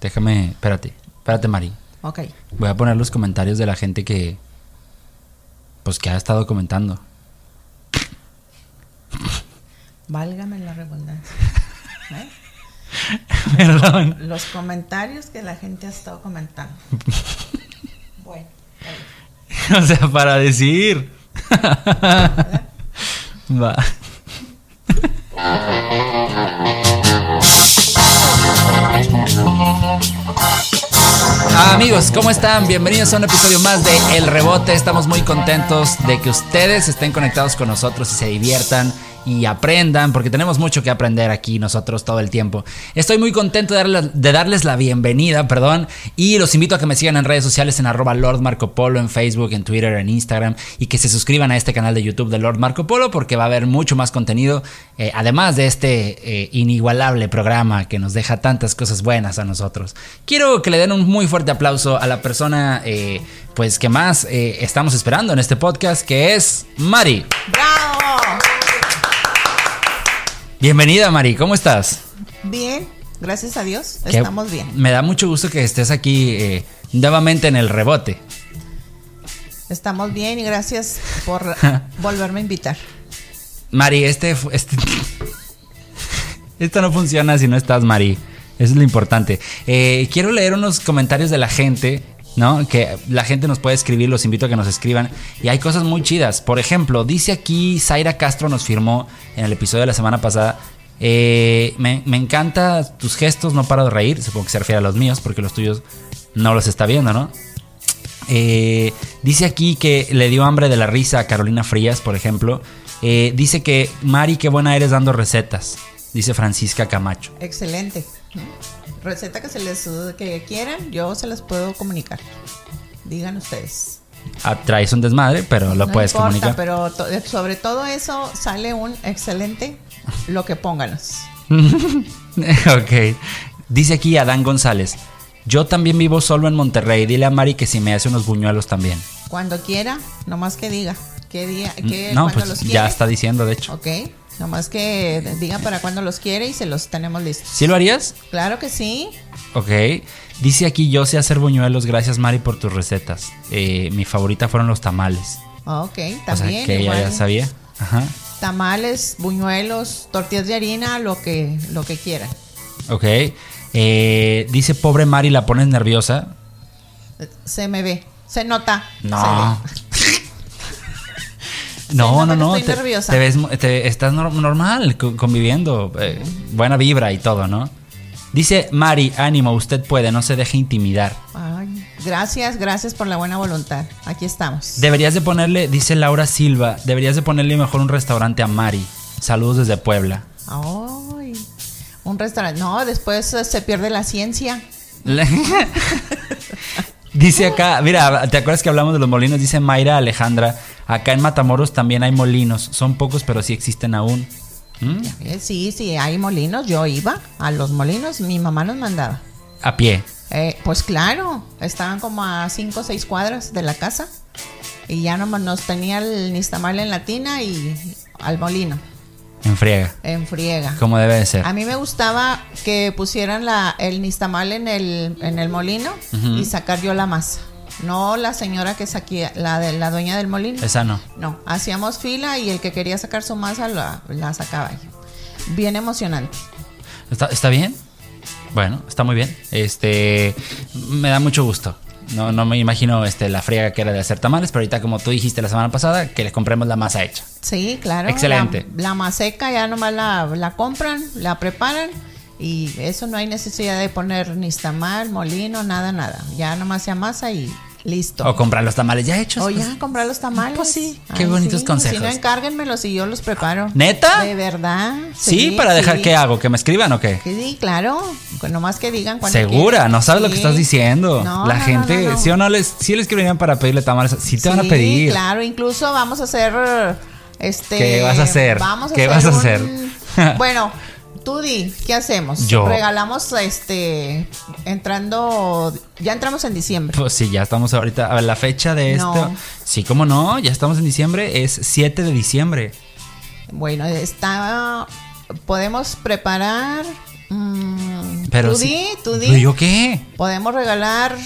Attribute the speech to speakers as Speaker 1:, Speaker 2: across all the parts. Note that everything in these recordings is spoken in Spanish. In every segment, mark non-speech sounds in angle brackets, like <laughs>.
Speaker 1: Déjame, espérate, espérate, Mari.
Speaker 2: Ok.
Speaker 1: Voy a poner los comentarios de la gente que. Pues que ha estado comentando. <laughs>
Speaker 2: Válgame
Speaker 1: <laughs>
Speaker 2: la redundancia. ¿Eh?
Speaker 1: Perdón.
Speaker 2: Los comentarios que la gente ha
Speaker 1: <laughs>
Speaker 2: estado comentando. Bueno,
Speaker 1: <laughs> O sea, para decir. <laughs> Va. Ah, Amigos, ¿cómo están? Bienvenidos a un episodio más de El Rebote. Estamos muy contentos de que ustedes estén conectados con nosotros y se diviertan y aprendan, porque tenemos mucho que aprender aquí nosotros todo el tiempo. Estoy muy contento de, darle- de darles la bienvenida, perdón, y los invito a que me sigan en redes sociales en arroba Lord Marco Polo, en Facebook, en Twitter, en Instagram, y que se suscriban a este canal de YouTube de Lord Marco Polo, porque va a haber mucho más contenido, eh, además de este eh, inigualable programa que nos deja tantas cosas buenas a nosotros. Quiero que le den un muy fuerte aplauso a la persona, eh, pues, que más eh, estamos esperando en este podcast, que es Mari.
Speaker 2: ¡Bravo!
Speaker 1: Bienvenida, Mari, ¿cómo estás?
Speaker 2: Bien, gracias a Dios,
Speaker 1: Que
Speaker 2: estamos bien.
Speaker 1: Me da mucho gusto que estés aquí eh, nuevamente en el rebote.
Speaker 2: Estamos bien y gracias por
Speaker 1: <laughs>
Speaker 2: volverme a invitar.
Speaker 1: Mari, este, fu- este- <laughs> Esto no funciona si no estás, Mari. Eso es lo importante. Eh, quiero leer unos comentarios de la gente, ¿no? Que la gente nos puede escribir, los invito a que nos escriban. Y hay cosas muy chidas. Por ejemplo, dice aquí Zaira Castro nos firmó en el episodio de la semana pasada. eh, me, me encanta tus gestos, no paro de reír. Supongo que se refiere a los míos, porque los tuyos no los está viendo, ¿no? Eh, dice aquí que le dio hambre de la risa a Carolina Frías, por ejemplo. Eh, dice que Mari, qué buena eres dando recetas. Dice Francisca Camacho.
Speaker 2: Excelente. Receta que se les que quieran, yo se las puedo comunicar. Digan ustedes.
Speaker 1: Ah, traes un desmadre, pero lo
Speaker 2: No
Speaker 1: puedes
Speaker 2: importa,
Speaker 1: comunicar.
Speaker 2: Pero to- sobre todo eso sale un excelente lo que pónganos.
Speaker 1: <laughs> ok. Dice aquí Adán González. Yo también vivo solo en Monterrey. Dile a Mari que si me hace unos buñuelos también.
Speaker 2: Cuando quiera, nomás que diga. ¿Qué día? Qué,
Speaker 1: no,
Speaker 2: cuándo
Speaker 1: pues
Speaker 2: los
Speaker 1: ya
Speaker 2: quiere.
Speaker 1: está diciendo, de hecho.
Speaker 2: Ok, nomás que diga para cuándo los quiere y se los tenemos listos.
Speaker 1: ¿Sí lo harías?
Speaker 2: Claro que sí.
Speaker 1: Ok. Dice aquí, yo sé hacer buñuelos. Gracias, Mari, por tus recetas. Eh, mi favorita fueron los tamales.
Speaker 2: Ok, también.
Speaker 1: o sea, que ella
Speaker 2: igual.
Speaker 1: ya sabía. Ajá.
Speaker 2: Tamales, buñuelos, tortillas de harina, lo que, lo que quiera.
Speaker 1: Ok. Eh, dice pobre Mari, la pones nerviosa.
Speaker 2: Se me ve, se nota.
Speaker 1: No.
Speaker 2: se ve.
Speaker 1: No, no,
Speaker 2: nota que
Speaker 1: no.
Speaker 2: estoy
Speaker 1: te,
Speaker 2: nerviosa.
Speaker 1: te ves, mu- te- estás nor- normal, co- conviviendo. eh, buena vibra y todo, ¿no? Dice Mari, ánimo, usted puede, no se deje intimidar.
Speaker 2: Ay, gracias, gracias por la buena voluntad. Aquí estamos.
Speaker 1: Deberías de ponerle, dice Laura Silva, deberías de ponerle mejor un restaurante a Mari. Saludos desde Puebla. <laughs>
Speaker 2: Ay, un restaurante. No, después eh, se pierde la ciencia.
Speaker 1: Le- Dice acá, mira, ¿te acuerdas que hablamos de los molinos? Dice Mayra Alejandra, acá en Matamoros también hay molinos, son pocos pero sí existen aún. ¿Mm?
Speaker 2: Eh, Sí, sí, hay molinos. Yo iba a los molinos, mi mamá nos mandaba.
Speaker 1: A pie.
Speaker 2: Eh, pues claro, estaban como a 5 o 6 cuadras de la casa y ya nomás nos tenía el nistamal en la tina y al molino,
Speaker 1: En friega.
Speaker 2: en friega.
Speaker 1: Como debe de ser.
Speaker 2: A mí me gustaba que pusieran la, el nistamal en el, en el molino y sacar yo la masa. No la señora que saquía, la, de, la dueña del molino.
Speaker 1: Esa no.
Speaker 2: No, hacíamos fila y el que quería sacar su masa la, la sacaba yo. Bien emocionante.
Speaker 1: ¿Está, está bien? Bueno, está muy bien. Este, me da mucho gusto. No, no me imagino este, la friega que era de hacer tamales, pero ahorita como tú dijiste la semana pasada, que les compremos la masa hecha.
Speaker 2: Sí, claro.
Speaker 1: Excelente.
Speaker 2: La, la maseca ya nomás la, la compran, la preparan y eso no hay necesidad de poner ni tamal, molino, nada, nada. Ya nomás se amasa y listo.
Speaker 1: O comprar los tamales ya hechos.
Speaker 2: O
Speaker 1: pues.
Speaker 2: Oh, ya comprar los tamales.
Speaker 1: Pues sí, qué bonitos consejos.
Speaker 2: Si no, encárguenmelos y yo los preparo.
Speaker 1: ¿Neta?
Speaker 2: De verdad.
Speaker 1: Sí, para dejar
Speaker 2: sí.
Speaker 1: qué hago, que me escriban o qué.
Speaker 2: Que Sí, claro. Con- Nomás que digan cuando
Speaker 1: Segura,
Speaker 2: quieran.
Speaker 1: no sabes lo que
Speaker 2: Sí.
Speaker 1: estás diciendo.
Speaker 2: No,
Speaker 1: la
Speaker 2: no, no,
Speaker 1: gente,
Speaker 2: no, no.
Speaker 1: sí o no les, sí les escribirían para pedirle tamales, sí te van a
Speaker 2: Sí,
Speaker 1: pedir.
Speaker 2: Claro, incluso vamos a hacer eh, este
Speaker 1: ¿Qué vas a hacer?
Speaker 2: Vamos a
Speaker 1: ¿Qué
Speaker 2: hacer
Speaker 1: vas a
Speaker 2: un-
Speaker 1: hacer?
Speaker 2: <laughs> bueno, tú di, ¿qué hacemos?
Speaker 1: Yo.
Speaker 2: Regalamos este entrando ya entramos en diciembre.
Speaker 1: Pues sí, ya estamos ahorita. A ver, la fecha de esto.
Speaker 2: No.
Speaker 1: Sí, cómo no, ya estamos en diciembre, es 7 de diciembre.
Speaker 2: Bueno, está podemos preparar mm,
Speaker 1: Pero
Speaker 2: Tú
Speaker 1: sí-
Speaker 2: di, tú di.
Speaker 1: ¿Pero yo qué?
Speaker 2: Podemos regalar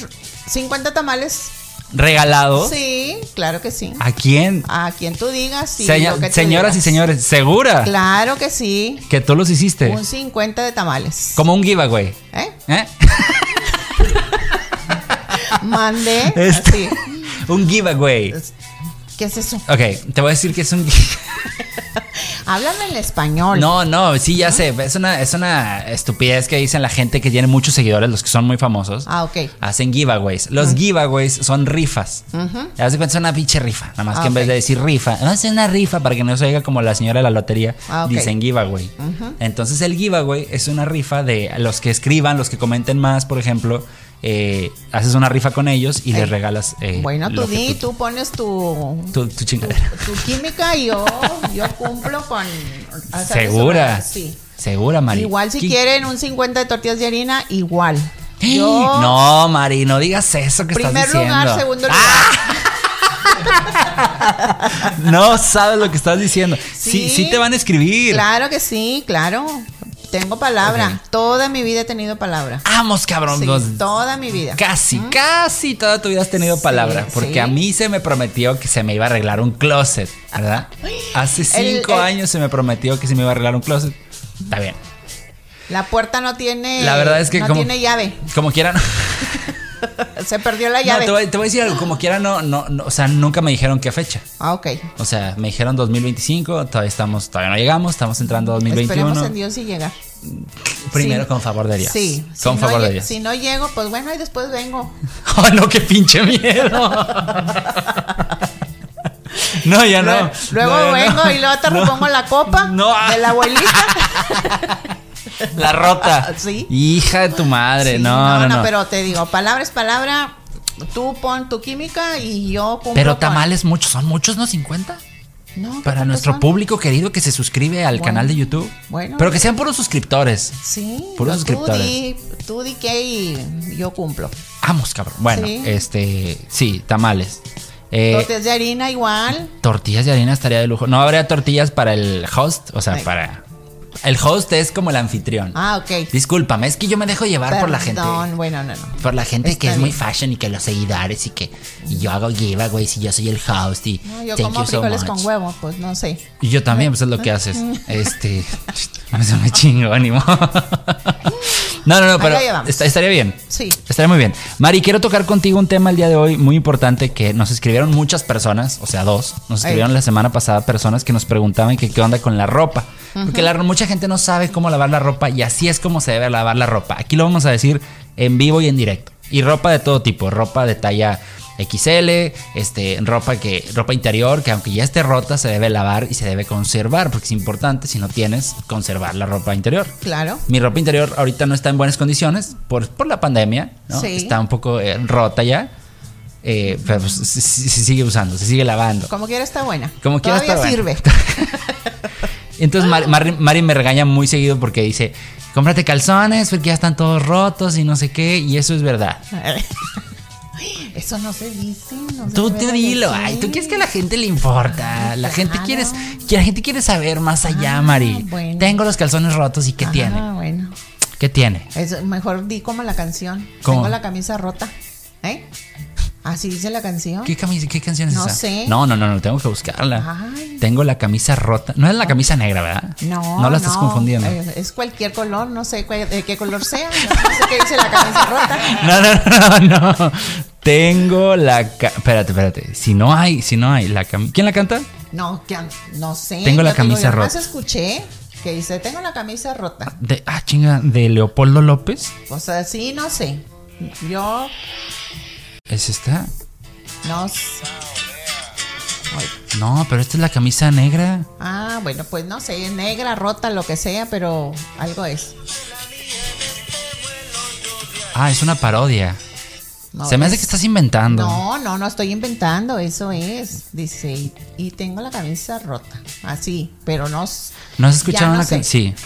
Speaker 2: 50 tamales.
Speaker 1: ¿Regalado?
Speaker 2: Sí, claro que sí.
Speaker 1: ¿A quién?
Speaker 2: A quien tú digas. y
Speaker 1: Seña-
Speaker 2: lo que tú
Speaker 1: Ah. señoras y
Speaker 2: digas.
Speaker 1: señores, ¿segura?
Speaker 2: Claro que sí.
Speaker 1: Que tú los hiciste.
Speaker 2: Un 50 de tamales.
Speaker 1: Como un giveaway.
Speaker 2: ¿Eh?
Speaker 1: ¿Eh? <laughs>
Speaker 2: Mandé.
Speaker 1: Este-
Speaker 2: Así.
Speaker 1: un giveaway.
Speaker 2: ¿Qué es eso?
Speaker 1: Ok, te voy a decir que es un... gi-
Speaker 2: Háblame en español.
Speaker 1: No, no, sí, ya sé. Es una, es una estupidez que dicen la gente que tiene muchos seguidores, los que son muy famosos.
Speaker 2: Ah, ok.
Speaker 1: Hacen giveaways. Los giveaways son rifas. Te das de cuenta, es una pinche rifa. Nada más
Speaker 2: Ah,
Speaker 1: que en vez
Speaker 2: ok.
Speaker 1: de decir rifa, no es una rifa para que no se oiga como la señora de la lotería.
Speaker 2: Ah, ok.
Speaker 1: Dicen giveaway. Entonces, el giveaway es una rifa de los que escriban, los que comenten más, por ejemplo. eh, haces una rifa con ellos y les
Speaker 2: Ey.
Speaker 1: regalas. eh,
Speaker 2: Bueno,
Speaker 1: lo
Speaker 2: tú
Speaker 1: que
Speaker 2: di, tú pones tu,
Speaker 1: tu- tu chingadera.
Speaker 2: tu química y yo, yo cumplo con. hacer eso.
Speaker 1: Segura.
Speaker 2: Sí.
Speaker 1: Segura, María.
Speaker 2: Igual
Speaker 1: <gasps>
Speaker 2: si
Speaker 1: quieres
Speaker 2: quieren un 50 de tortillas de harina,
Speaker 1: <gasps>
Speaker 2: igual. Yo,
Speaker 1: No, Mari, no digas eso que
Speaker 2: primer
Speaker 1: estás diciendo. ¡Ah!
Speaker 2: lugar, segundo lugar.
Speaker 1: <laughs> No sabes lo que estás diciendo. Sí, sí,
Speaker 2: Sí.
Speaker 1: te van a escribir.
Speaker 2: Claro que sí, claro. Tengo palabra. Toda mi vida he tenido palabra.
Speaker 1: Vamos, cabrón.
Speaker 2: Sí,
Speaker 1: nos-
Speaker 2: toda mi vida.
Speaker 1: Casi, casi toda tu vida has tenido
Speaker 2: Sí,
Speaker 1: palabra. Porque
Speaker 2: sí.
Speaker 1: a mí se me prometió que se me iba a arreglar un closet, ¿verdad? Hace cinco
Speaker 2: el-
Speaker 1: años se me prometió que se me iba a arreglar un closet. Está bien.
Speaker 2: La puerta no tiene.
Speaker 1: La verdad es que
Speaker 2: no
Speaker 1: como-
Speaker 2: tiene llave.
Speaker 1: Como
Speaker 2: <laughs>
Speaker 1: quieran.
Speaker 2: Se perdió la
Speaker 1: No,
Speaker 2: llave.
Speaker 1: te, voy, te voy a decir algo. Como quieran, no, no, no, o sea, nunca me dijeron qué fecha.
Speaker 2: Ah, ok.
Speaker 1: O sea, me dijeron 2025, todavía estamos, todavía no llegamos, estamos entrando a 2021.
Speaker 2: Esperemos en Dios y llegar.
Speaker 1: Primero
Speaker 2: Sí.
Speaker 1: con favor de Dios.
Speaker 2: Sí.
Speaker 1: Con
Speaker 2: si
Speaker 1: favor
Speaker 2: no,
Speaker 1: de
Speaker 2: lle-
Speaker 1: Dios.
Speaker 2: Si no llego, pues bueno, y después vengo.
Speaker 1: Oh, no, qué pinche miedo. <laughs> no, <laughs> ya no.
Speaker 2: Lue- Luego
Speaker 1: No, ya
Speaker 2: vengo
Speaker 1: no.
Speaker 2: y luego te
Speaker 1: <laughs> No.
Speaker 2: repongo la copa
Speaker 1: No, ah.
Speaker 2: de la abuelita.
Speaker 1: La rota.
Speaker 2: <laughs> Sí.
Speaker 1: Hija de tu <laughs> madre.
Speaker 2: Sí,
Speaker 1: no, no, no,
Speaker 2: pero te digo, palabra es palabra. Tú pon tu química y yo cumplo
Speaker 1: Pero
Speaker 2: con-
Speaker 1: tamales muchos, son muchos, ¿no? 50.
Speaker 2: No, ¿qué
Speaker 1: Para
Speaker 2: tantos
Speaker 1: nuestro
Speaker 2: son?
Speaker 1: público querido que se suscribe al
Speaker 2: Bueno.
Speaker 1: canal de YouTube.
Speaker 2: Bueno.
Speaker 1: Pero que sean puros suscriptores.
Speaker 2: Sí,
Speaker 1: Puros
Speaker 2: no, tú
Speaker 1: suscriptores.
Speaker 2: di, tú di que y yo cumplo.
Speaker 1: Vamos, cabrón. Bueno,
Speaker 2: Sí.
Speaker 1: este. Sí, tamales. Eh,
Speaker 2: Tortillas de harina igual.
Speaker 1: Tortillas de harina estaría de lujo. No habría tortillas para el host, o sea,
Speaker 2: Ay.
Speaker 1: para. El host es como el anfitrión.
Speaker 2: Ah, ok.
Speaker 1: Discúlpame, es que yo me dejo llevar por la gente.
Speaker 2: Perdón, bueno, no, no.
Speaker 1: Por la gente que
Speaker 2: Está
Speaker 1: es muy
Speaker 2: bien.
Speaker 1: fashion y que los seguidores y que y yo hago giveaways y yo soy el host y
Speaker 2: No, yo
Speaker 1: thank
Speaker 2: como
Speaker 1: you so
Speaker 2: frijoles
Speaker 1: much.
Speaker 2: con huevo, pues no sé.
Speaker 1: Y yo también, pues es lo que
Speaker 2: <laughs>
Speaker 1: haces. Este. <laughs> Se me chingo, ánimo. <laughs> No, no, no, pero
Speaker 2: Ahí la llevamos.
Speaker 1: esta- estaría bien.
Speaker 2: Sí.
Speaker 1: Estaría muy bien. Mari, quiero tocar contigo un tema el día de hoy muy importante que nos escribieron muchas personas, o sea, dos. Nos escribieron
Speaker 2: Ey.
Speaker 1: la semana pasada personas que nos preguntaban que qué onda con la ropa. Porque la, mucha gente no sabe cómo lavar la ropa y así es como se debe lavar la ropa. Aquí lo vamos a decir en vivo y en directo. Y ropa de todo tipo, ropa de talla XL, este, ropa que ropa interior que aunque ya esté rota se debe lavar y se debe conservar porque es importante si no tienes conservar la ropa interior.
Speaker 2: Claro.
Speaker 1: Mi ropa interior ahorita no está en buenas condiciones por, por la pandemia, ¿no?
Speaker 2: Sí.
Speaker 1: Está un poco eh, rota ya, eh, pero pues, se, se- se sigue usando, se sigue lavando.
Speaker 2: Como quiera está buena.
Speaker 1: Como quiera
Speaker 2: Todavía
Speaker 1: está buena.
Speaker 2: sirve.
Speaker 1: Entonces Mari, Mari- Mari me regaña muy seguido porque dice, cómprate calzones porque ya están todos rotos y no sé qué, y eso es verdad. <laughs>
Speaker 2: <laughs> Eso no se dice. No se
Speaker 1: Tú
Speaker 2: debe
Speaker 1: te
Speaker 2: de
Speaker 1: dilo,
Speaker 2: decir.
Speaker 1: ay, tú quieres que a la gente le importa. La gente
Speaker 2: Claro.
Speaker 1: quiere, que la gente quiere saber más allá,
Speaker 2: Ah,
Speaker 1: Mari.
Speaker 2: bueno.
Speaker 1: Tengo los calzones rotos y qué
Speaker 2: Ah,
Speaker 1: tiene,
Speaker 2: bueno.
Speaker 1: qué tiene.
Speaker 2: Es, mejor di como la canción.
Speaker 1: ¿Cómo?
Speaker 2: Tengo la camisa rota. ¿Eh? Así dice la canción.
Speaker 1: ¿Qué, camisa, ¿Qué canción es
Speaker 2: No
Speaker 1: esa?
Speaker 2: sé.
Speaker 1: No, no, no, no, tengo que buscarla.
Speaker 2: Ay.
Speaker 1: Tengo la camisa rota. No es la camisa negra, ¿verdad?
Speaker 2: No,
Speaker 1: No la estás confundiendo. <laughs>
Speaker 2: eh, Es cualquier color, no sé cuál- de qué color sea. No sé qué dice la camisa rota.
Speaker 1: No, no, no, no, no. Tengo la. ca- espérate, espérate. Si no hay, si no hay. La cam- ¿Quién la canta?
Speaker 2: No, que- no sé.
Speaker 1: Tengo la
Speaker 2: Yo
Speaker 1: camisa
Speaker 2: yo nomás
Speaker 1: rota.
Speaker 2: escuché que dice, tengo la camisa rota.
Speaker 1: De, ah, chinga, de Leopoldo López.
Speaker 2: O sea, sí, no sé. Yo
Speaker 1: ¿Es esta?
Speaker 2: no s- Ay.
Speaker 1: No, pero esta es la camisa negra.
Speaker 2: Ah, bueno, pues no sé, negra, rota, lo que sea, pero algo es.
Speaker 1: Ah, es una parodia.
Speaker 2: No,
Speaker 1: Se me hace
Speaker 2: es-
Speaker 1: que estás inventando.
Speaker 2: No, no, no estoy inventando, eso es. Dice, y, y tengo la camisa rota. Así, pero no. s-
Speaker 1: ¿No has
Speaker 2: ya
Speaker 1: escuchado
Speaker 2: no
Speaker 1: una
Speaker 2: sé.
Speaker 1: canción? Sí.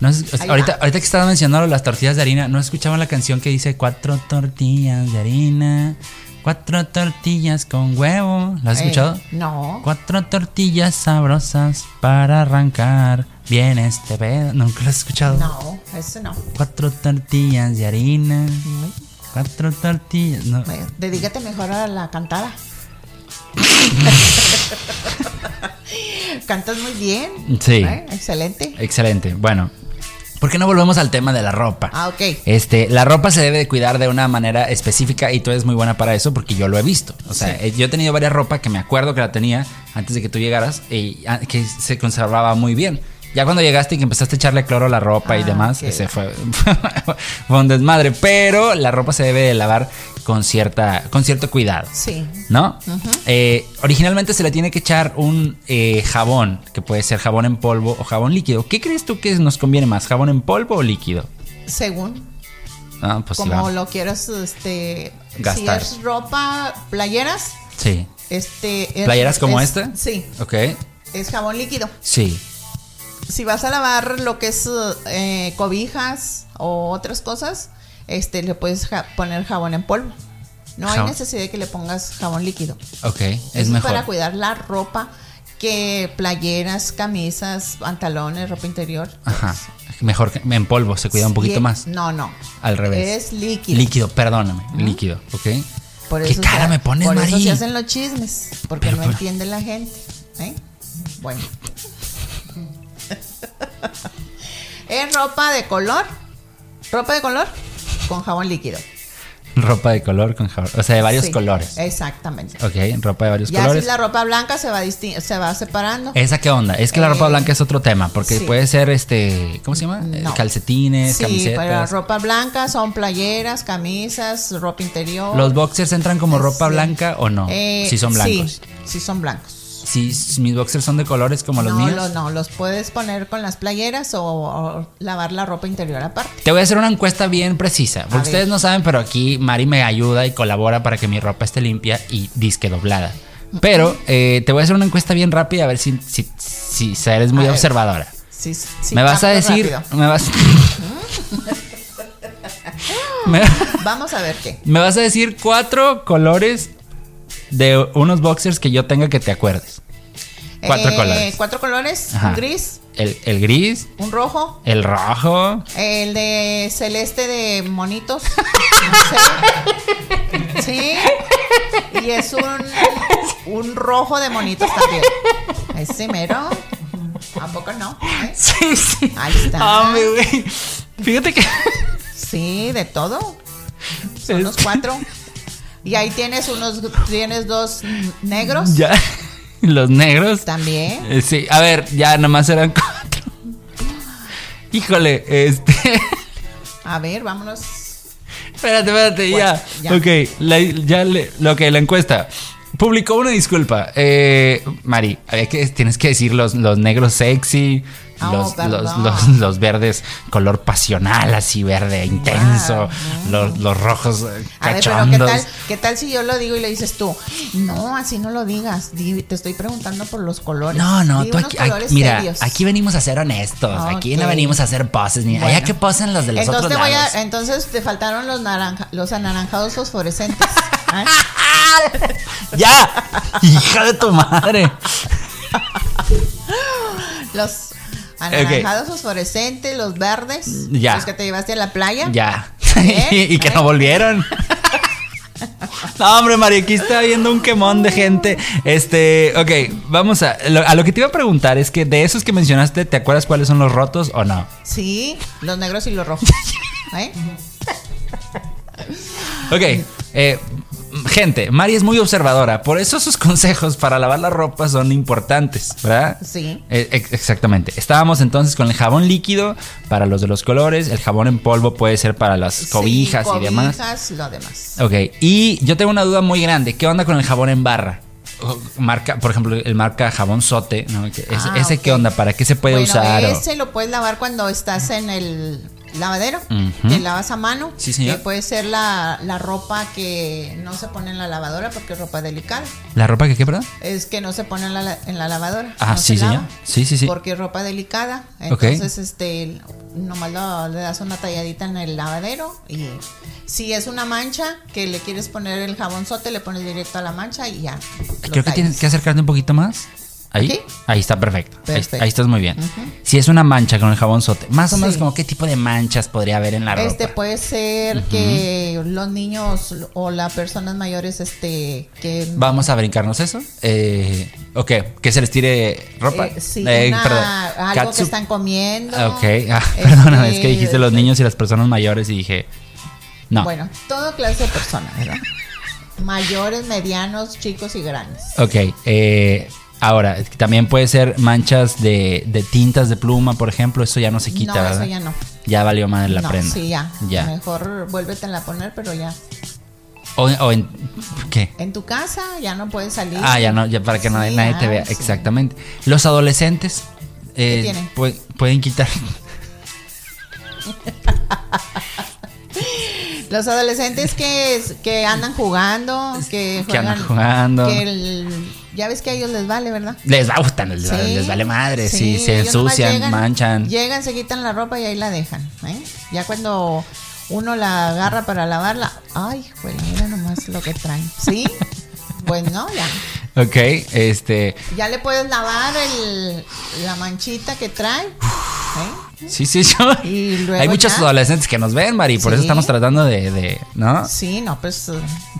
Speaker 1: No has-
Speaker 2: Ahí
Speaker 1: ahorita,
Speaker 2: va.
Speaker 1: ahorita que estabas mencionando las tortillas de harina, ¿no escuchaba la canción que dice cuatro tortillas de harina? Cuatro tortillas con huevo. ¿La has
Speaker 2: Eh,
Speaker 1: escuchado?
Speaker 2: No.
Speaker 1: Cuatro tortillas sabrosas para arrancar Bien, este pedo. Nunca lo has escuchado.
Speaker 2: No, eso no.
Speaker 1: Cuatro tortillas de harina.
Speaker 2: Mm.
Speaker 1: Cuatro tortillas. No.
Speaker 2: Me- Dedícate mejor a la cantada. <laughs> Cantas muy bien.
Speaker 1: Sí.
Speaker 2: ¿eh? Excelente.
Speaker 1: Excelente. Bueno, ¿por qué no volvemos al tema de la ropa?
Speaker 2: Ah, ok.
Speaker 1: Este, la ropa se debe de cuidar de una manera específica y tú eres muy buena para eso porque yo lo he visto. O sea, eh, yo he tenido varias ropa que me acuerdo que la tenía antes de que tú llegaras y ah, que se conservaba muy bien. Ya cuando llegaste y que empezaste a echarle cloro a la ropa y
Speaker 2: Ah,
Speaker 1: demás,
Speaker 2: ok.
Speaker 1: ese fue, <laughs> fue un desmadre. Pero la ropa se debe de lavar con cierta, con cierto cuidado.
Speaker 2: Sí.
Speaker 1: ¿No? Eh, originalmente se le tiene que echar un eh, jabón, que puede ser jabón en polvo o jabón líquido. ¿Qué crees tú que nos conviene más, jabón en polvo o líquido?
Speaker 2: Según
Speaker 1: Ah, pues sí,
Speaker 2: como
Speaker 1: vamos.
Speaker 2: lo quieras, este.
Speaker 1: Gastar.
Speaker 2: Si es ropa, playeras.
Speaker 1: Sí.
Speaker 2: Este. es-
Speaker 1: ¿Playeras como
Speaker 2: es-
Speaker 1: esta?
Speaker 2: Sí.
Speaker 1: Ok.
Speaker 2: Es jabón líquido.
Speaker 1: Sí.
Speaker 2: Si vas a lavar lo que es eh, cobijas o otras cosas, este le puedes ja- poner jabón en polvo. No hay
Speaker 1: Jabón.
Speaker 2: necesidad de que le pongas jabón líquido.
Speaker 1: Ok. Es
Speaker 2: Eso
Speaker 1: mejor.
Speaker 2: para cuidar la ropa que playeras, camisas, pantalones, ropa interior.
Speaker 1: Ajá. Mejor que en polvo, se cuida un poquito
Speaker 2: Y-
Speaker 1: más.
Speaker 2: No, no.
Speaker 1: Al revés.
Speaker 2: Es líquido.
Speaker 1: Líquido, perdóname. Líquido, ok.
Speaker 2: Por
Speaker 1: ¿Qué
Speaker 2: eso se-
Speaker 1: cara me pones,
Speaker 2: Por eso
Speaker 1: Mari?
Speaker 2: se hacen los chismes, porque
Speaker 1: Pero,
Speaker 2: no
Speaker 1: pero-
Speaker 2: entiende la gente. ¿eh? Bueno. <laughs> es ropa de color. Ropa de color con jabón líquido.
Speaker 1: Ropa de color con jabón. O sea, de varios
Speaker 2: Sí,
Speaker 1: colores.
Speaker 2: Exactamente.
Speaker 1: Ok, ropa de varios
Speaker 2: Ya
Speaker 1: colores.
Speaker 2: si la ropa blanca se va disti- se va separando.
Speaker 1: ¿Esa qué onda? Es que la ropa
Speaker 2: Eh,
Speaker 1: blanca es otro tema, porque
Speaker 2: sí. Mm,
Speaker 1: puede ser este, ¿cómo se llama? Eh,
Speaker 2: No.
Speaker 1: Calcetines,
Speaker 2: sí, pero
Speaker 1: camisetas.
Speaker 2: ropa blanca son playeras, camisas, ropa interior.
Speaker 1: ¿Los boxers entran como ropa
Speaker 2: Sí.
Speaker 1: blanca o no?
Speaker 2: Eh,
Speaker 1: si son blancos.
Speaker 2: Sí, sí son blancos.
Speaker 1: Si s- mis boxers son de colores como los
Speaker 2: no,
Speaker 1: míos.
Speaker 2: lo- no, los puedes poner con las playeras o, o lavar la ropa interior aparte.
Speaker 1: Te voy a hacer una encuesta bien precisa, porque
Speaker 2: ver.
Speaker 1: ustedes no saben, pero aquí Mari me ayuda y colabora para que mi ropa esté limpia y disque doblada. Pero eh, te voy a hacer una encuesta bien rápida a ver si, si, si- si eres muy
Speaker 2: A ver.
Speaker 1: observadora.
Speaker 2: Sí, sí,
Speaker 1: me vas a
Speaker 2: capto
Speaker 1: decir,
Speaker 2: rápido.
Speaker 1: me vas, <laughs> me,
Speaker 2: Vamos a ver qué.
Speaker 1: me vas a decir cuatro colores de unos boxers que yo tenga que te acuerdes. Cuatro colores.
Speaker 2: Eh, Cuatro colores.
Speaker 1: Ajá.
Speaker 2: Un gris,
Speaker 1: El, el gris,
Speaker 2: un rojo,
Speaker 1: el rojo.
Speaker 2: el de celeste de monitos. no sé. Sí. Y es un, un rojo de monitos también. Ese mero. ¿A poco no? ¿Eh?
Speaker 1: Sí, sí.
Speaker 2: Ahí está.
Speaker 1: Hombre, Ah, güey. Fíjate que
Speaker 2: Sí, de todo. <laughs> Son los cuatro. Y ahí tienes unos, tienes dos negros
Speaker 1: Ya. Los negros.
Speaker 2: también.
Speaker 1: Eh, Sí, a ver, ya nomás eran cuatro. Híjole, este. <laughs>
Speaker 2: A ver, vámonos.
Speaker 1: Espérate, espérate, ya.
Speaker 2: Pues, ya.
Speaker 1: Ok, la, ya le, lo que la encuesta. Publicó una disculpa. Eh, Mari, hay que, tienes que decir los, los negros sexy,
Speaker 2: Oh,
Speaker 1: los,
Speaker 2: perdón.
Speaker 1: los, los, los verdes color pasional, así verde intenso, los, los rojos eh,
Speaker 2: A ver, pero ¿qué
Speaker 1: cachondos.
Speaker 2: tal, ¿qué tal si yo lo digo y le dices tú? No, así no lo digas. Di- te estoy preguntando por los colores.
Speaker 1: No, no,
Speaker 2: Di
Speaker 1: tú
Speaker 2: unos
Speaker 1: aquí, aquí-
Speaker 2: colores
Speaker 1: mira,
Speaker 2: serios. Ah,
Speaker 1: aquí venimos a ser honestos, aquí no
Speaker 2: Ok.
Speaker 1: venimos a hacer poses ni allá
Speaker 2: Bueno.
Speaker 1: que posen los de los
Speaker 2: entonces,
Speaker 1: otros
Speaker 2: te voy a- eh,
Speaker 1: lados.
Speaker 2: entonces te faltaron los naranja, los
Speaker 1: <laughs>
Speaker 2: anaranjados fosforescentes. ¿eh?
Speaker 1: <laughs> ¡Ya! ¡Hija de tu madre!
Speaker 2: Los anaranjados fosforescentes, los verdes,
Speaker 1: Ya.
Speaker 2: los que te llevaste a la playa.
Speaker 1: Ya.
Speaker 2: ¿Eh?
Speaker 1: <laughs> y, y que no volvieron.
Speaker 2: <laughs>
Speaker 1: No, hombre, Mario, aquí está viendo un quemón de gente. Este, ok, vamos a. lo- a lo que te iba a preguntar es que de esos que mencionaste, ¿te acuerdas cuáles son los rotos o no?
Speaker 2: Sí, los negros y los rojos. ¿eh?
Speaker 1: Ok, eh, gente, Mari es muy observadora, por eso sus <laughs> consejos para lavar la ropa son importantes, ¿verdad?
Speaker 2: Sí.
Speaker 1: Eh, ex- exactamente. Estábamos entonces con el jabón líquido para los de los colores, el jabón en polvo puede ser para las cobijas,
Speaker 2: Sí,
Speaker 1: y demás.
Speaker 2: Cobijas, lo demás.
Speaker 1: Ok, y yo tengo una duda muy grande, ¿qué onda con el jabón en barra? O- Marca, por ejemplo, el marca jabón sote, ¿no? Que ese,
Speaker 2: Ah,
Speaker 1: ese
Speaker 2: ok.
Speaker 1: qué onda? ¿Para qué se puede
Speaker 2: bueno,
Speaker 1: usar? o-
Speaker 2: ese lo puedes lavar cuando estás en el lavadero,
Speaker 1: Ujú.
Speaker 2: te lavas a mano.
Speaker 1: Sí, señor.
Speaker 2: Que puede ser la, la ropa que no se pone en la lavadora porque es ropa delicada.
Speaker 1: ¿La ropa que qué, perdón?
Speaker 2: Es que no se pone en la, en la lavadora.
Speaker 1: Ah,
Speaker 2: no
Speaker 1: sí,
Speaker 2: se
Speaker 1: señor.
Speaker 2: lava,
Speaker 1: Sí, sí, sí.
Speaker 2: Porque es ropa delicada.
Speaker 1: Ok.
Speaker 2: Entonces, este, nomás lo- le das una talladita en el lavadero y si es una mancha que le quieres poner el jabonzote, le pones directo a la mancha y ya. lo
Speaker 1: Creo que tienes
Speaker 2: tallas.
Speaker 1: que acercarte un poquito más. Ahí,
Speaker 2: ¿Aquí?
Speaker 1: ahí está perfecto. Ahí-
Speaker 2: Perfecto.
Speaker 1: Ahí, estás muy bien. Si es una mancha con el jabón sote, más o menos
Speaker 2: Sí.
Speaker 1: como qué tipo de manchas podría haber en la ropa.
Speaker 2: Este puede ser que los niños o las personas mayores, este, que
Speaker 1: Vamos a brincarnos eso. Eh, ok, que se les tire ropa.
Speaker 2: eh, sí,
Speaker 1: Eh,
Speaker 2: una-
Speaker 1: perdón.
Speaker 2: algo que
Speaker 1: Katsu.
Speaker 2: están comiendo.
Speaker 1: Ok, ah, <laughs> perdóname, es
Speaker 2: Este,
Speaker 1: que dijiste los niños y las personas mayores y dije. No.
Speaker 2: Bueno, toda clase de personas, ¿verdad? Mayores, medianos, chicos y grandes.
Speaker 1: Ok, eh, ahora, también puede ser manchas de, de tintas de pluma, por ejemplo. Eso ya no se quita,
Speaker 2: no,
Speaker 1: ¿verdad?
Speaker 2: eso ya no.
Speaker 1: Ya valió madre la
Speaker 2: no,
Speaker 1: prenda.
Speaker 2: sí, ya.
Speaker 1: Ya.
Speaker 2: Mejor vuélvetela a poner, pero ya.
Speaker 1: O, o en. ¿Qué?
Speaker 2: En tu casa ya no puedes salir.
Speaker 1: Ah, ya no, ya para que nadie,
Speaker 2: Sí,
Speaker 1: nadie te
Speaker 2: ah,
Speaker 1: vea.
Speaker 2: sí.
Speaker 1: Exactamente. Los adolescentes eh,
Speaker 2: ¿Qué tienen?
Speaker 1: pue- pueden quitar.
Speaker 2: Los adolescentes que, es- que andan jugando, que juegan.
Speaker 1: Que andan jugando.
Speaker 2: que el- ya ves que a ellos les vale, ¿verdad?
Speaker 1: Les va gustan, les, va-
Speaker 2: Sí,
Speaker 1: les vale madre. si se
Speaker 2: ellos nomás
Speaker 1: ensucian,
Speaker 2: llegan-
Speaker 1: manchan.
Speaker 2: Llegan, se quitan la ropa y ahí la dejan. ¿eh? Ya cuando uno la agarra para lavarla, ay, güey, mira nomás lo que traen.
Speaker 1: <laughs>
Speaker 2: ¿Sí? Pues no, ya.
Speaker 1: Ok, este.
Speaker 2: Ya le puedes lavar el, la manchita que trae. ¿eh?
Speaker 1: Sí, sí, yo.
Speaker 2: Y luego
Speaker 1: Hay muchos
Speaker 2: ya.
Speaker 1: adolescentes que nos ven, Mari, por eso
Speaker 2: Sí.
Speaker 1: estamos tratando de, de- ¿no?
Speaker 2: Sí, no, pues. eh,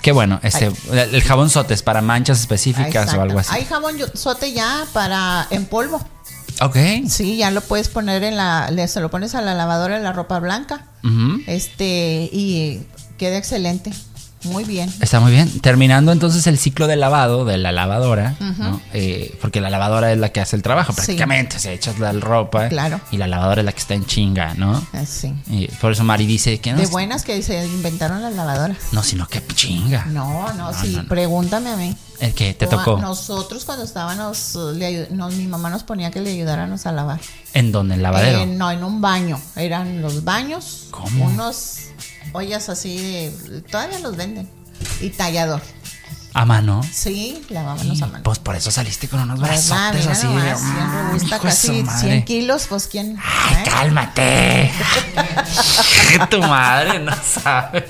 Speaker 1: Qué bueno, este, el jabón sotes para manchas específicas
Speaker 2: exacto.
Speaker 1: o algo así.
Speaker 2: Hay jabón yo- sote ya para en polvo.
Speaker 1: Ok.
Speaker 2: Sí, ya lo puedes poner en la. le- se lo pones a la lavadora en la ropa blanca.
Speaker 1: Ujú.
Speaker 2: Este, y queda excelente. Muy bien.
Speaker 1: Está muy bien. Terminando entonces el ciclo de lavado de la lavadora, ¿no? Eh, porque la lavadora es la que hace el trabajo
Speaker 2: Sí.
Speaker 1: prácticamente. O sea, echas la ropa
Speaker 2: Claro.
Speaker 1: y la lavadora es la que está en chinga, ¿no?
Speaker 2: Así.
Speaker 1: Y por eso Mari dice que no.
Speaker 2: Ah, De buenas que se inventaron las lavadoras.
Speaker 1: No, sino que chinga.
Speaker 2: No, no, sí,
Speaker 1: no, no.
Speaker 2: pregúntame a mí.
Speaker 1: El que te
Speaker 2: O a-
Speaker 1: tocó.
Speaker 2: Nosotros cuando estábamos, eh, le ayu- nos- mi mamá nos ponía que le ayudáramos a lavar.
Speaker 1: ¿En dónde? ¿En lavadero?
Speaker 2: Eh, no, en un baño. Eran los baños.
Speaker 1: ¿Cómo?
Speaker 2: Unos ollas así de... Todavía los venden. Y tallador.
Speaker 1: A mano.
Speaker 2: Sí, lavábamos a mano.
Speaker 1: Pues por eso saliste con unos
Speaker 2: Pues va,
Speaker 1: brazotes
Speaker 2: mira
Speaker 1: así de.
Speaker 2: nomás, bien
Speaker 1: "Mm,
Speaker 2: robusta,
Speaker 1: hijo de su
Speaker 2: casi
Speaker 1: madre".
Speaker 2: 100 kilos, pues quién...
Speaker 1: Ay,
Speaker 2: ¿Eh? <laughs>
Speaker 1: cálmate. tu madre no sabes.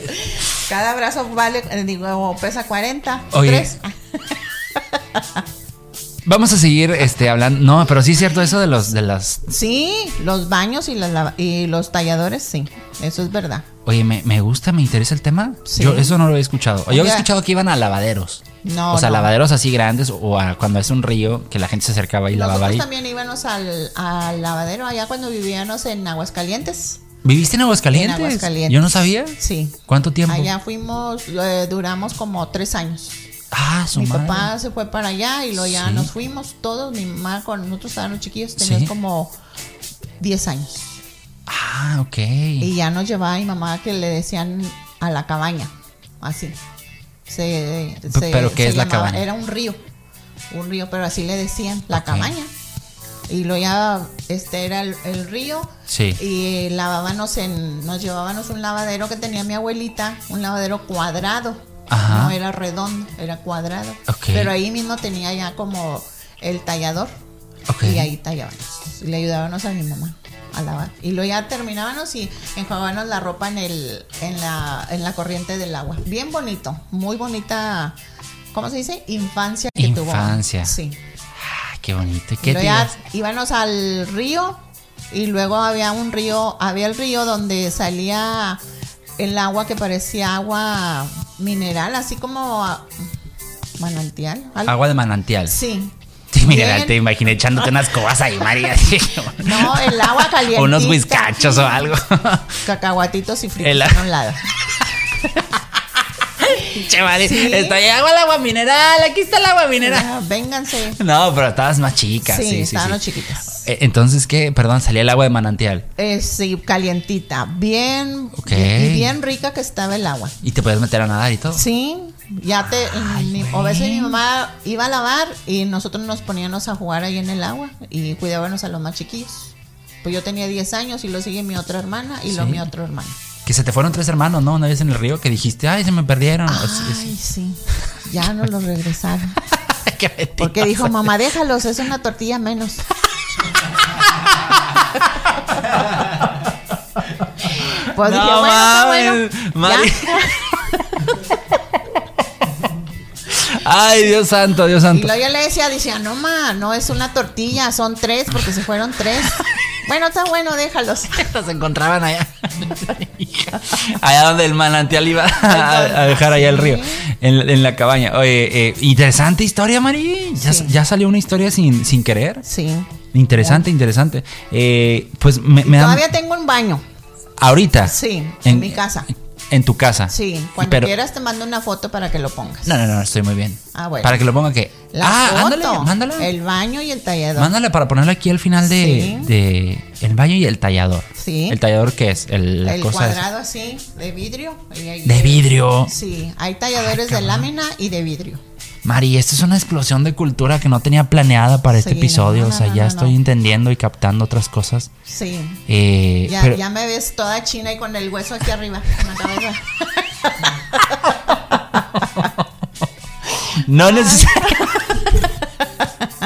Speaker 2: Cada brazo vale, eh, digo, pesa 40.
Speaker 1: Oye.
Speaker 2: tres. Ah,
Speaker 1: Vamos a seguir este hablando. No, pero sí es cierto eso de los de las.
Speaker 2: Sí, los baños y, las lava- y los talladores, sí. Eso es verdad.
Speaker 1: Oye, me, me gusta, me interesa el tema.
Speaker 2: Sí.
Speaker 1: Yo eso no lo había escuchado. Yo había
Speaker 2: Ya.
Speaker 1: escuchado que iban a lavaderos.
Speaker 2: No,
Speaker 1: O sea,
Speaker 2: no.
Speaker 1: lavaderos así grandes o a cuando es un río que la gente se acercaba y lavaba
Speaker 2: Nosotros
Speaker 1: ahí.
Speaker 2: también íbamos al, al lavadero allá cuando vivíamos en Aguascalientes.
Speaker 1: ¿Viviste en Aguascalientes?
Speaker 2: En Aguascalientes.
Speaker 1: Yo no sabía.
Speaker 2: Sí.
Speaker 1: ¿Cuánto tiempo?
Speaker 2: Allá fuimos, eh, duramos como tres años.
Speaker 1: Ah, su
Speaker 2: mi
Speaker 1: madre.
Speaker 2: papá se fue para allá y luego ya
Speaker 1: Sí.
Speaker 2: nos fuimos todos. Mi mamá con nosotros estábamos chiquillos, tenías
Speaker 1: Sí.
Speaker 2: como 10 años.
Speaker 1: Ah, ok.
Speaker 2: Y ya nos llevaba mi mamá que le decían a la cabaña, así. Se, se-
Speaker 1: pero ¿qué
Speaker 2: se
Speaker 1: es la
Speaker 2: llamaba-
Speaker 1: cabaña?
Speaker 2: Era un río, un río, pero así le decían, la
Speaker 1: Ok.
Speaker 2: cabaña. Y luego ya, este era el, el río.
Speaker 1: Sí.
Speaker 2: Y eh, lavábamos en, nos llevábamos un lavadero que tenía mi abuelita, un lavadero cuadrado.
Speaker 1: Ajá.
Speaker 2: No era redondo, era cuadrado.
Speaker 1: Ok.
Speaker 2: Pero ahí mismo tenía ya como el tallador.
Speaker 1: Ok.
Speaker 2: Y ahí tallábamos. Y le ayudábamos a mi mamá a lavar. Y luego ya terminábamos y enjuagábamos la ropa en el, en la, en la corriente del agua. Bien bonito, muy bonita, ¿cómo se dice? Infancia que tuvo.
Speaker 1: Infancia.
Speaker 2: Sí.
Speaker 1: Ah, qué bonito. ¿Y
Speaker 2: Y
Speaker 1: qué
Speaker 2: luego ya
Speaker 1: tiras?
Speaker 2: íbamos al río y luego había un río, había el río donde salía el agua que parecía agua mineral, así como ah, manantial. algo.
Speaker 1: Agua de manantial. <laughs>
Speaker 2: Sí.
Speaker 1: Sí, mira,
Speaker 2: Bien.
Speaker 1: te imaginé echándote unas cobas ahí, María. <laughs>
Speaker 2: No, el agua caliente.
Speaker 1: O unos whiskachos o algo. <laughs>
Speaker 2: Cacahuatitos y fritos
Speaker 1: El-
Speaker 2: en un lado.
Speaker 1: che, Mari,
Speaker 2: Sí.
Speaker 1: está ahí agua, el agua mineral, aquí está el agua mineral.
Speaker 2: Ah, Vénganse.
Speaker 1: No, pero estabas más chica,
Speaker 2: sí,
Speaker 1: sí, sí.
Speaker 2: estaban
Speaker 1: sí.
Speaker 2: los chiquitas.
Speaker 1: Eh, Entonces, ¿qué? Perdón, salía el agua de manantial.
Speaker 2: Eh, sí, calientita. Bien.
Speaker 1: Ok.
Speaker 2: Y bien rica que estaba el agua.
Speaker 1: Y te podías meter a nadar y todo.
Speaker 2: Sí, ya te. ni- a veces
Speaker 1: güey.
Speaker 2: mi mamá iba a lavar y nosotros nos poníamos a jugar ahí en el agua y cuidábamos a los más chiquillos. Pues yo tenía 10 años y lo sigue mi otra hermana y lo
Speaker 1: Sí.
Speaker 2: mi otro hermano.
Speaker 1: Que se te fueron tres hermanos, ¿no? Una vez en el río que dijiste, ay, se me perdieron. O sea, Ah, <laughs> sí.
Speaker 2: Ay, sí. Ya no los regresaron.
Speaker 1: Qué mentirosa.
Speaker 2: Porque dijo, mamá, déjalos, es una tortilla menos. pues dije,
Speaker 1: No
Speaker 2: bueno, <laughs> está bueno.
Speaker 1: mames, Mari.
Speaker 2: Ya.
Speaker 1: Ay, Dios santo, Dios
Speaker 2: Y
Speaker 1: santo.
Speaker 2: luego yo le decía, decía, no ma, no es una tortilla, son tres porque se fueron tres. bueno, está bueno, déjalos.
Speaker 1: Los encontraban allá. <laughs> allá donde el manantial iba a, a dejar allá el río, en, en la cabaña. Oye, eh, interesante historia, Mari. Ya,
Speaker 2: Sí.
Speaker 1: ya salió una historia sin, sin querer.
Speaker 2: Sí.
Speaker 1: Interesante, interesante. Eh, pues me, me dan-
Speaker 2: Todavía tengo un baño.
Speaker 1: Ahorita.
Speaker 2: Sí, en mi casa.
Speaker 1: En tu casa.
Speaker 2: Sí, cuando
Speaker 1: Pero-
Speaker 2: quieras te mando una foto para que lo pongas.
Speaker 1: No, no, no, estoy muy bien.
Speaker 2: Ah, bueno.
Speaker 1: Para que lo ponga que.
Speaker 2: La
Speaker 1: ah,
Speaker 2: foto,
Speaker 1: ándale, mándala.
Speaker 2: El baño y el tallador.
Speaker 1: Mándala para ponerlo aquí al final de,
Speaker 2: Sí.
Speaker 1: de el baño y el tallador.
Speaker 2: Sí.
Speaker 1: ¿El tallador qué es? El, la
Speaker 2: el
Speaker 1: cosa es-
Speaker 2: cuadrado así, de vidrio. y ahí-
Speaker 1: de vidrio.
Speaker 2: Sí, hay
Speaker 1: Ah,
Speaker 2: talladores de lámina y de vidrio.
Speaker 1: Mari, esto es una explosión de cultura que no tenía planeada para este
Speaker 2: Sí, no,
Speaker 1: episodio.
Speaker 2: no,
Speaker 1: o sea,
Speaker 2: no,
Speaker 1: ya
Speaker 2: no,
Speaker 1: estoy
Speaker 2: no.
Speaker 1: entendiendo y captando otras cosas.
Speaker 2: Sí.
Speaker 1: Eh,
Speaker 2: Ya,
Speaker 1: pero-
Speaker 2: ya me ves toda china y con el hueso aquí arriba. en la cabeza.
Speaker 1: No necesariamente.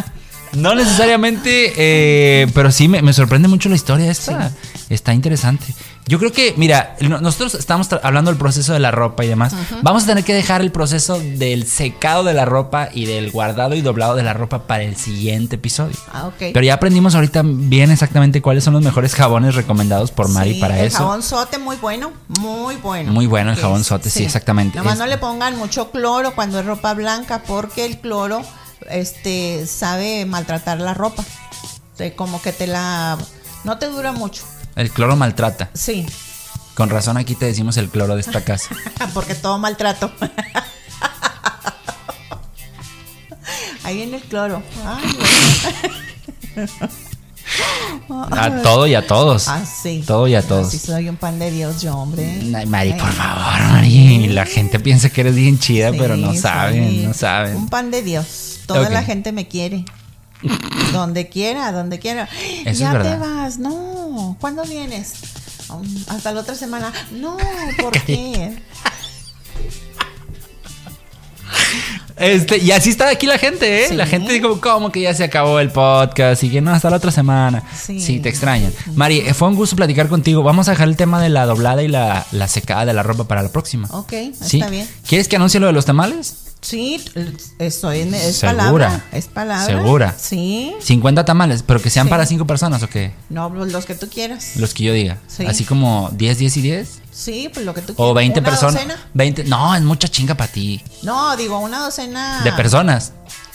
Speaker 1: <laughs> no necesariamente, eh, pero sí me, me sorprende mucho la historia esta. Está interesante. Yo creo que, mira, no- nosotros estamos tra- hablando del proceso de la ropa y demás. Vamos a tener que dejar el proceso del secado de la ropa y del guardado y doblado de la ropa para el siguiente episodio.
Speaker 2: Ah, ok.
Speaker 1: Pero ya aprendimos ahorita bien exactamente cuáles son los mejores jabones recomendados por Mari
Speaker 2: Sí,
Speaker 1: para
Speaker 2: el
Speaker 1: eso.
Speaker 2: jabón sote muy bueno, muy bueno.
Speaker 1: Muy bueno el
Speaker 2: Que
Speaker 1: jabón
Speaker 2: es-
Speaker 1: sote, sí, exactamente.
Speaker 2: Nomás
Speaker 1: Es-
Speaker 2: no le pongan mucho cloro cuando es ropa blanca porque el cloro este sabe maltratar la ropa. Te- como que te la no te dura mucho.
Speaker 1: El cloro maltrata.
Speaker 2: Sí, <laughs>
Speaker 1: Con razón aquí te decimos el cloro de esta casa.
Speaker 2: porque todo maltrato. <laughs> Ahí viene el cloro. Ay,
Speaker 1: A todo y a todos.
Speaker 2: ah, sí.
Speaker 1: Todo y a todos.
Speaker 2: Así soy un pan de Dios yo, hombre.
Speaker 1: Ay, Mari,
Speaker 2: Ay.
Speaker 1: por favor, Mari. La gente piensa que eres bien chida,
Speaker 2: Sí,
Speaker 1: pero no
Speaker 2: sí.
Speaker 1: saben, no
Speaker 2: Un
Speaker 1: saben.
Speaker 2: pan de Dios. Toda
Speaker 1: Ok.
Speaker 2: la gente
Speaker 1: <laughs>
Speaker 2: me quiere. donde quiera, donde quiera.
Speaker 1: Eso es
Speaker 2: ya
Speaker 1: verdad.
Speaker 2: te vas, no. ¿Cuándo vienes? Um, Hasta la otra semana.
Speaker 1: <laughs>
Speaker 2: No, ¿por qué?
Speaker 1: Este, y así está aquí la gente, ¿eh?
Speaker 2: Sí.
Speaker 1: La gente dijo, ¿cómo que ya se acabó el podcast? Y que no, hasta la otra semana. Sí,
Speaker 2: Sí.
Speaker 1: te extrañan. Mari, eh, fue un gusto platicar contigo. Vamos a dejar el tema de la doblada y la, la secada de la ropa para la próxima.
Speaker 2: Ok,
Speaker 1: ¿Sí?
Speaker 2: está bien.
Speaker 1: ¿Quieres que anuncie lo de los tamales?
Speaker 2: Sí, l- estoy en, es
Speaker 1: Segura.
Speaker 2: palabra. Es palabra.
Speaker 1: Segura.
Speaker 2: Sí.
Speaker 1: 50 tamales, pero que sean
Speaker 2: Sí.
Speaker 1: para 5 personas o qué?
Speaker 2: No, pues, los que tú quieras.
Speaker 1: Los que yo diga.
Speaker 2: Sí.
Speaker 1: Así como 10, 10 y 10.
Speaker 2: Sí, pues lo que tú quieras.
Speaker 1: O 20
Speaker 2: ¿Una
Speaker 1: personas.
Speaker 2: docena?
Speaker 1: 20. No, es mucha chinga para ti.
Speaker 2: No, digo, una docena.
Speaker 1: De personas.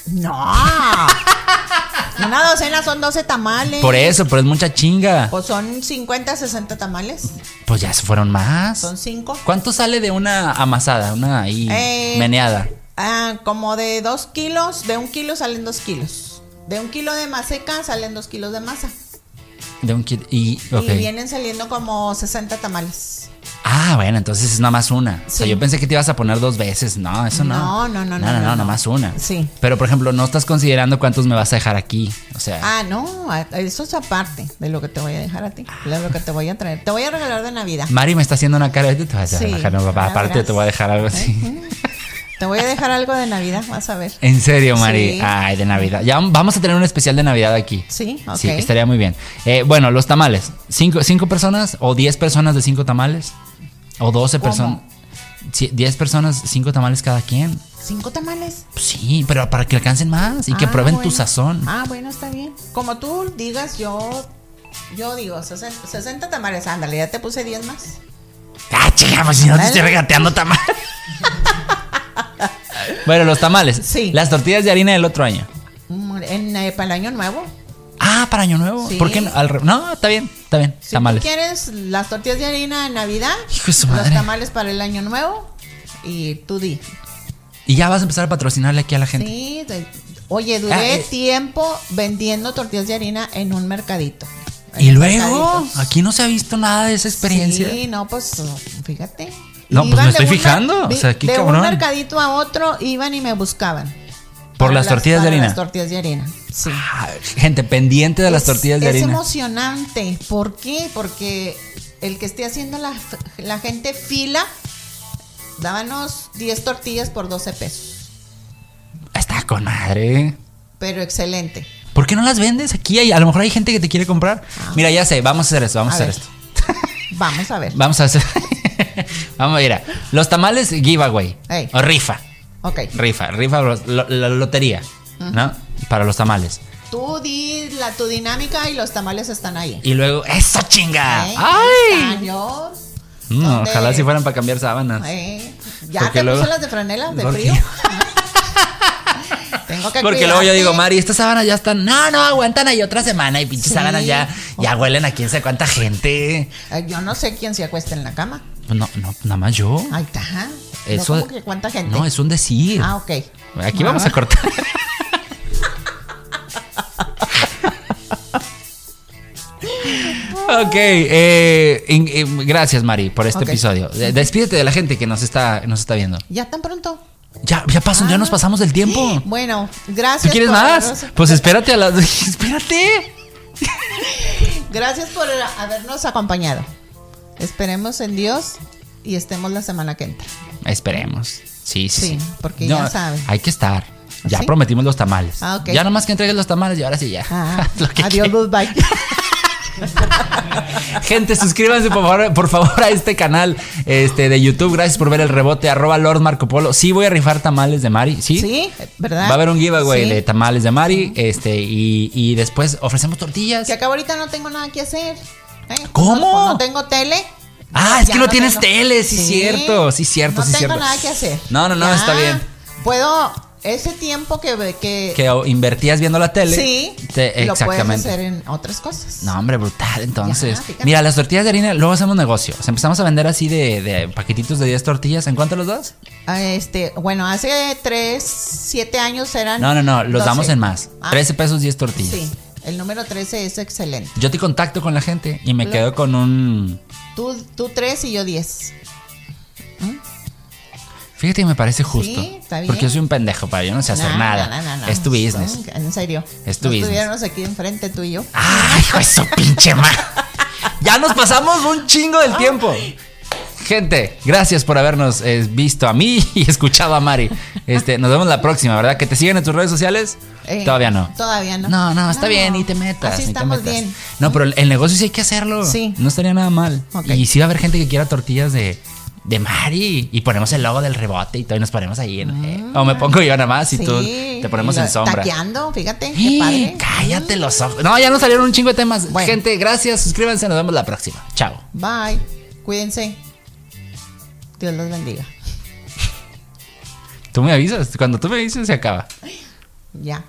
Speaker 2: No.
Speaker 1: <laughs>
Speaker 2: una docena son 12 tamales.
Speaker 1: Por eso, pero es mucha chinga.
Speaker 2: Pues son 50, 60 tamales.
Speaker 1: Pues ya se fueron más.
Speaker 2: Son 5.
Speaker 1: ¿Cuánto sale de una amasada? Una ahí
Speaker 2: Eh.
Speaker 1: meneada.
Speaker 2: Ah, como de 2 kilos, de un kilo salen 2 kilos. De un kilo de maseca salen 2 kilos de masa.
Speaker 1: De un kit. Y, ok.
Speaker 2: Y vienen saliendo como 60 tamales.
Speaker 1: Ah, bueno, entonces es nada más una. O sea,
Speaker 2: Sí.
Speaker 1: yo pensé que te ibas a poner dos veces. No, eso no.
Speaker 2: No, no, no,
Speaker 1: No,
Speaker 2: no,
Speaker 1: no,
Speaker 2: no, no.
Speaker 1: nada más una.
Speaker 2: Sí.
Speaker 1: Pero por ejemplo, no estás considerando cuántos me vas a dejar aquí. O sea,
Speaker 2: Ah, no, a- eso es aparte de lo que te voy a dejar a ti, de lo que te voy a traer. Te voy a regalar
Speaker 1: <laughs>
Speaker 2: de Navidad.
Speaker 1: Mari me está haciendo una cara. Te vas a
Speaker 2: Sí.
Speaker 1: dejar, no, papá,
Speaker 2: Ah,
Speaker 1: aparte te voy a dejar algo así.
Speaker 2: Te voy a dejar algo de Navidad, vas a ver.
Speaker 1: En serio, Mari.
Speaker 2: Sí.
Speaker 1: Ay, de Navidad. Ya vamos a tener un especial de Navidad aquí.
Speaker 2: Sí, ok.
Speaker 1: Sí, estaría muy bien. Eh, bueno, los tamales. Cinco, cinco personas o 10 personas de cinco tamales? ¿O 12
Speaker 2: ¿Cómo?
Speaker 1: personas? Sí, 10 personas, cinco tamales cada quien.
Speaker 2: ¿Cinco tamales?
Speaker 1: Pues sí, pero para que alcancen más y que
Speaker 2: Ah,
Speaker 1: prueben tu
Speaker 2: bueno.
Speaker 1: sazón.
Speaker 2: Ah, bueno, está bien. Como tú digas, yo yo digo 60, 60 tamales. Ándale, ya te puse 10 más.
Speaker 1: Ah, chica, pues si no te
Speaker 2: Dale.
Speaker 1: estoy regateando tamales.
Speaker 2: <laughs>
Speaker 1: bueno, los tamales.
Speaker 2: Sí.
Speaker 1: Las tortillas de harina del otro año.
Speaker 2: Mm, En, eh, para el año nuevo.
Speaker 1: Ah, para Año Nuevo.
Speaker 2: Sí.
Speaker 1: ¿Por qué no? Al re- no, está bien, está bien.
Speaker 2: Si
Speaker 1: tamales.
Speaker 2: tú quieres las tortillas de harina en Navidad,
Speaker 1: Hijo de su madre.
Speaker 2: los tamales para el año nuevo y tú di.
Speaker 1: Y ya vas a empezar a patrocinarle aquí a la gente.
Speaker 2: Sí, de- oye, duré
Speaker 1: Ah, eh.
Speaker 2: tiempo vendiendo tortillas de harina en un mercadito.
Speaker 1: Y
Speaker 2: En
Speaker 1: luego,
Speaker 2: mercaditos.
Speaker 1: aquí no se ha visto nada de esa experiencia.
Speaker 2: Sí, no, pues fíjate.
Speaker 1: No, pues,
Speaker 2: Iban
Speaker 1: me
Speaker 2: de
Speaker 1: estoy
Speaker 2: un mer-
Speaker 1: fijando, o sea, qué
Speaker 2: de
Speaker 1: cabrón.
Speaker 2: un mercadito a otro iban y me buscaban.
Speaker 1: Por
Speaker 2: Para
Speaker 1: las tortillas de
Speaker 2: para
Speaker 1: harina.
Speaker 2: Las tortillas de harina, sí.
Speaker 1: Ah, gente pendiente de las
Speaker 2: Es-
Speaker 1: tortillas de harina.
Speaker 2: Es emocionante. ¿Por qué? Porque el que esté haciendo la, f- la gente fila, dábanos 10 tortillas por 12 pesos.
Speaker 1: Está con madre.
Speaker 2: Pero excelente.
Speaker 1: ¿Por qué no las vendes aquí? Hay- a lo mejor hay gente que te quiere comprar. Mira, ya sé, vamos a hacer esto, vamos a,
Speaker 2: Ah. A
Speaker 1: hacer
Speaker 2: ver.
Speaker 1: esto.
Speaker 2: Vamos a ver.
Speaker 1: <laughs> Vamos a hacer. vamos a ir a. Los tamales giveaway.
Speaker 2: Ey.
Speaker 1: O rifa.
Speaker 2: Ok.
Speaker 1: Rifa, rifa, lo- la lotería,
Speaker 2: Mm.
Speaker 1: ¿no? Para los tamales.
Speaker 2: Tú di la, tu dinámica y los tamales están ahí.
Speaker 1: Y luego, ¡eso chinga!
Speaker 2: ¿Eh?
Speaker 1: ¡Ay!
Speaker 2: Caños.
Speaker 1: Ah. Mm,
Speaker 2: ¿Dónde?
Speaker 1: ojalá si fueran para cambiar sábanas.
Speaker 2: Eh, ¿Ya
Speaker 1: Porque
Speaker 2: te
Speaker 1: luego-
Speaker 2: puso las de franela de
Speaker 1: Porque-
Speaker 2: frío?
Speaker 1: <laughs>
Speaker 2: Tengo que
Speaker 1: Porque luego yo
Speaker 2: cuidarte.
Speaker 1: digo, Mari, estas sábanas ya están. No, no, aguantan ahí otra semana y pinches
Speaker 2: Sí.
Speaker 1: sábanas ya, ya huelen a quién sabe cuánta gente. Pues
Speaker 2: Ay, Yo no sé quién se acuesta en la cama.
Speaker 1: No, no, nada más yo.
Speaker 2: Ahí está.
Speaker 1: Eso-
Speaker 2: Eso. que ¿Cuánta Ah, gente?
Speaker 1: No, es un decir.
Speaker 2: Ah, ok.
Speaker 1: Aquí vamos
Speaker 2: Ah.
Speaker 1: a
Speaker 2: <laughs>
Speaker 1: cortar. Ok, eh, in- in- gracias Mari por este
Speaker 2: Ok.
Speaker 1: episodio. De- Despídete de la gente que nos está, nos está viendo.
Speaker 2: Ya tan pronto.
Speaker 1: Ya, ya, pasan, ya nos pasamos del tiempo.
Speaker 2: Bueno,
Speaker 1: ¿Tú
Speaker 2: Ah, gracias.
Speaker 1: quieres
Speaker 2: por
Speaker 1: más?
Speaker 2: habernos-
Speaker 1: Pues espérate a las... <laughs> Espérate. Pues-
Speaker 2: Gracias por habernos acompañado. Esperemos en Dios y estemos la semana que entra.
Speaker 1: Esperemos. Sí, sí, sí.
Speaker 2: Sí, porque ya saben.
Speaker 1: Hay que estar. Ya
Speaker 2: ¿Sí?
Speaker 1: prometimos los tamales.
Speaker 2: Ah, ok.
Speaker 1: Ya nomás que entregues los tamales y ahora sí ya. <laughs>
Speaker 2: Ah,
Speaker 1: Lo que
Speaker 2: adiós,
Speaker 1: quieras.
Speaker 2: goodbye.
Speaker 1: Gente, suscríbanse por favor, por favor a este canal este, de YouTube. Gracias por ver el rebote. Arroba Lord Marco Polo. Sí, voy a rifar tamales de Mari. <laughs> Sí.
Speaker 2: Sí, ¿verdad?
Speaker 1: Va a haber un giveaway
Speaker 2: Sí.
Speaker 1: de tamales de Mari. Este, y, y después ofrecemos tortillas.
Speaker 2: Que acá ahorita no tengo nada que hacer. ¿eh?
Speaker 1: ¿Cómo?
Speaker 2: No, no tengo tele.
Speaker 1: Ah, es que
Speaker 2: Ya
Speaker 1: no tienes
Speaker 2: tengo-
Speaker 1: tele, sí, cierto, sí, cierto,
Speaker 2: no
Speaker 1: sí, cierto.
Speaker 2: No tengo nada que hacer.
Speaker 1: No, no, no, está bien.
Speaker 2: Puedo, ese tiempo que. que,
Speaker 1: Que o invertías viendo la tele.
Speaker 2: sí,
Speaker 1: Te-
Speaker 2: lo puedes
Speaker 1: exactamente.
Speaker 2: hacer en otras cosas.
Speaker 1: No, hombre, brutal. Entonces,
Speaker 2: Ya, fíjate.
Speaker 1: mira, las tortillas de harina, luego hacemos negocio. O sea, empezamos a vender así de, de paquetitos de 10 tortillas. ¿En cuánto los das?
Speaker 2: Ah, Este, bueno, hace 3, 7 años eran.
Speaker 1: No, no, no, los
Speaker 2: 12.
Speaker 1: damos en más.
Speaker 2: Ah,
Speaker 1: 13 pesos, 10 tortillas.
Speaker 2: Sí, el número 13 es excelente.
Speaker 1: Yo te contacto con la gente y me
Speaker 2: Lo-
Speaker 1: quedo con un.
Speaker 2: Tú, tú 3 y yo 10.
Speaker 1: Fíjate que me parece justo.
Speaker 2: Sí, está bien.
Speaker 1: Porque yo soy un pendejo, para yo no sé hacer
Speaker 2: No,
Speaker 1: nada.
Speaker 2: no, no, no.
Speaker 1: Es tu business.
Speaker 2: En serio.
Speaker 1: Es tu
Speaker 2: Nos
Speaker 1: business.
Speaker 2: tuviéramos aquí enfrente tú y yo.
Speaker 1: ¡Ay, hijo de su pinche ma! <laughs> Ya nos pasamos un chingo del tiempo. Gente, gracias por habernos eh, visto a mí y escuchado a Mari. Este, nos vemos la próxima, ¿verdad? ¿Que te siguen en tus redes sociales?
Speaker 2: Eh,
Speaker 1: Todavía no.
Speaker 2: Todavía no.
Speaker 1: No, no, está bien, ni te metas.
Speaker 2: Así
Speaker 1: ni te
Speaker 2: estamos
Speaker 1: metas.
Speaker 2: bien.
Speaker 1: No, pero el- el negocio sí hay que hacerlo.
Speaker 2: Sí.
Speaker 1: No estaría nada mal.
Speaker 2: Ok.
Speaker 1: Y sí va a haber gente que quiera tortillas de, de Mari. Y ponemos el logo del rebote y todo y nos ponemos ahí. en- eh, o me pongo yo nada más y tú
Speaker 2: Ah, Sí,
Speaker 1: te ponemos
Speaker 2: y lo-
Speaker 1: en sombra.
Speaker 2: Taqueando, fíjate, qué
Speaker 1: ¡Eh!
Speaker 2: padre.
Speaker 1: Cállate los ojos. No, ya nos salieron un chingo de temas.
Speaker 2: Bueno.
Speaker 1: Gente, gracias. Suscríbanse. Nos vemos la próxima. Chao.
Speaker 2: Bye. Cuídense. Dios los bendiga.
Speaker 1: Tú me avisas. Cuando tú me dices, se acaba.
Speaker 2: Ya.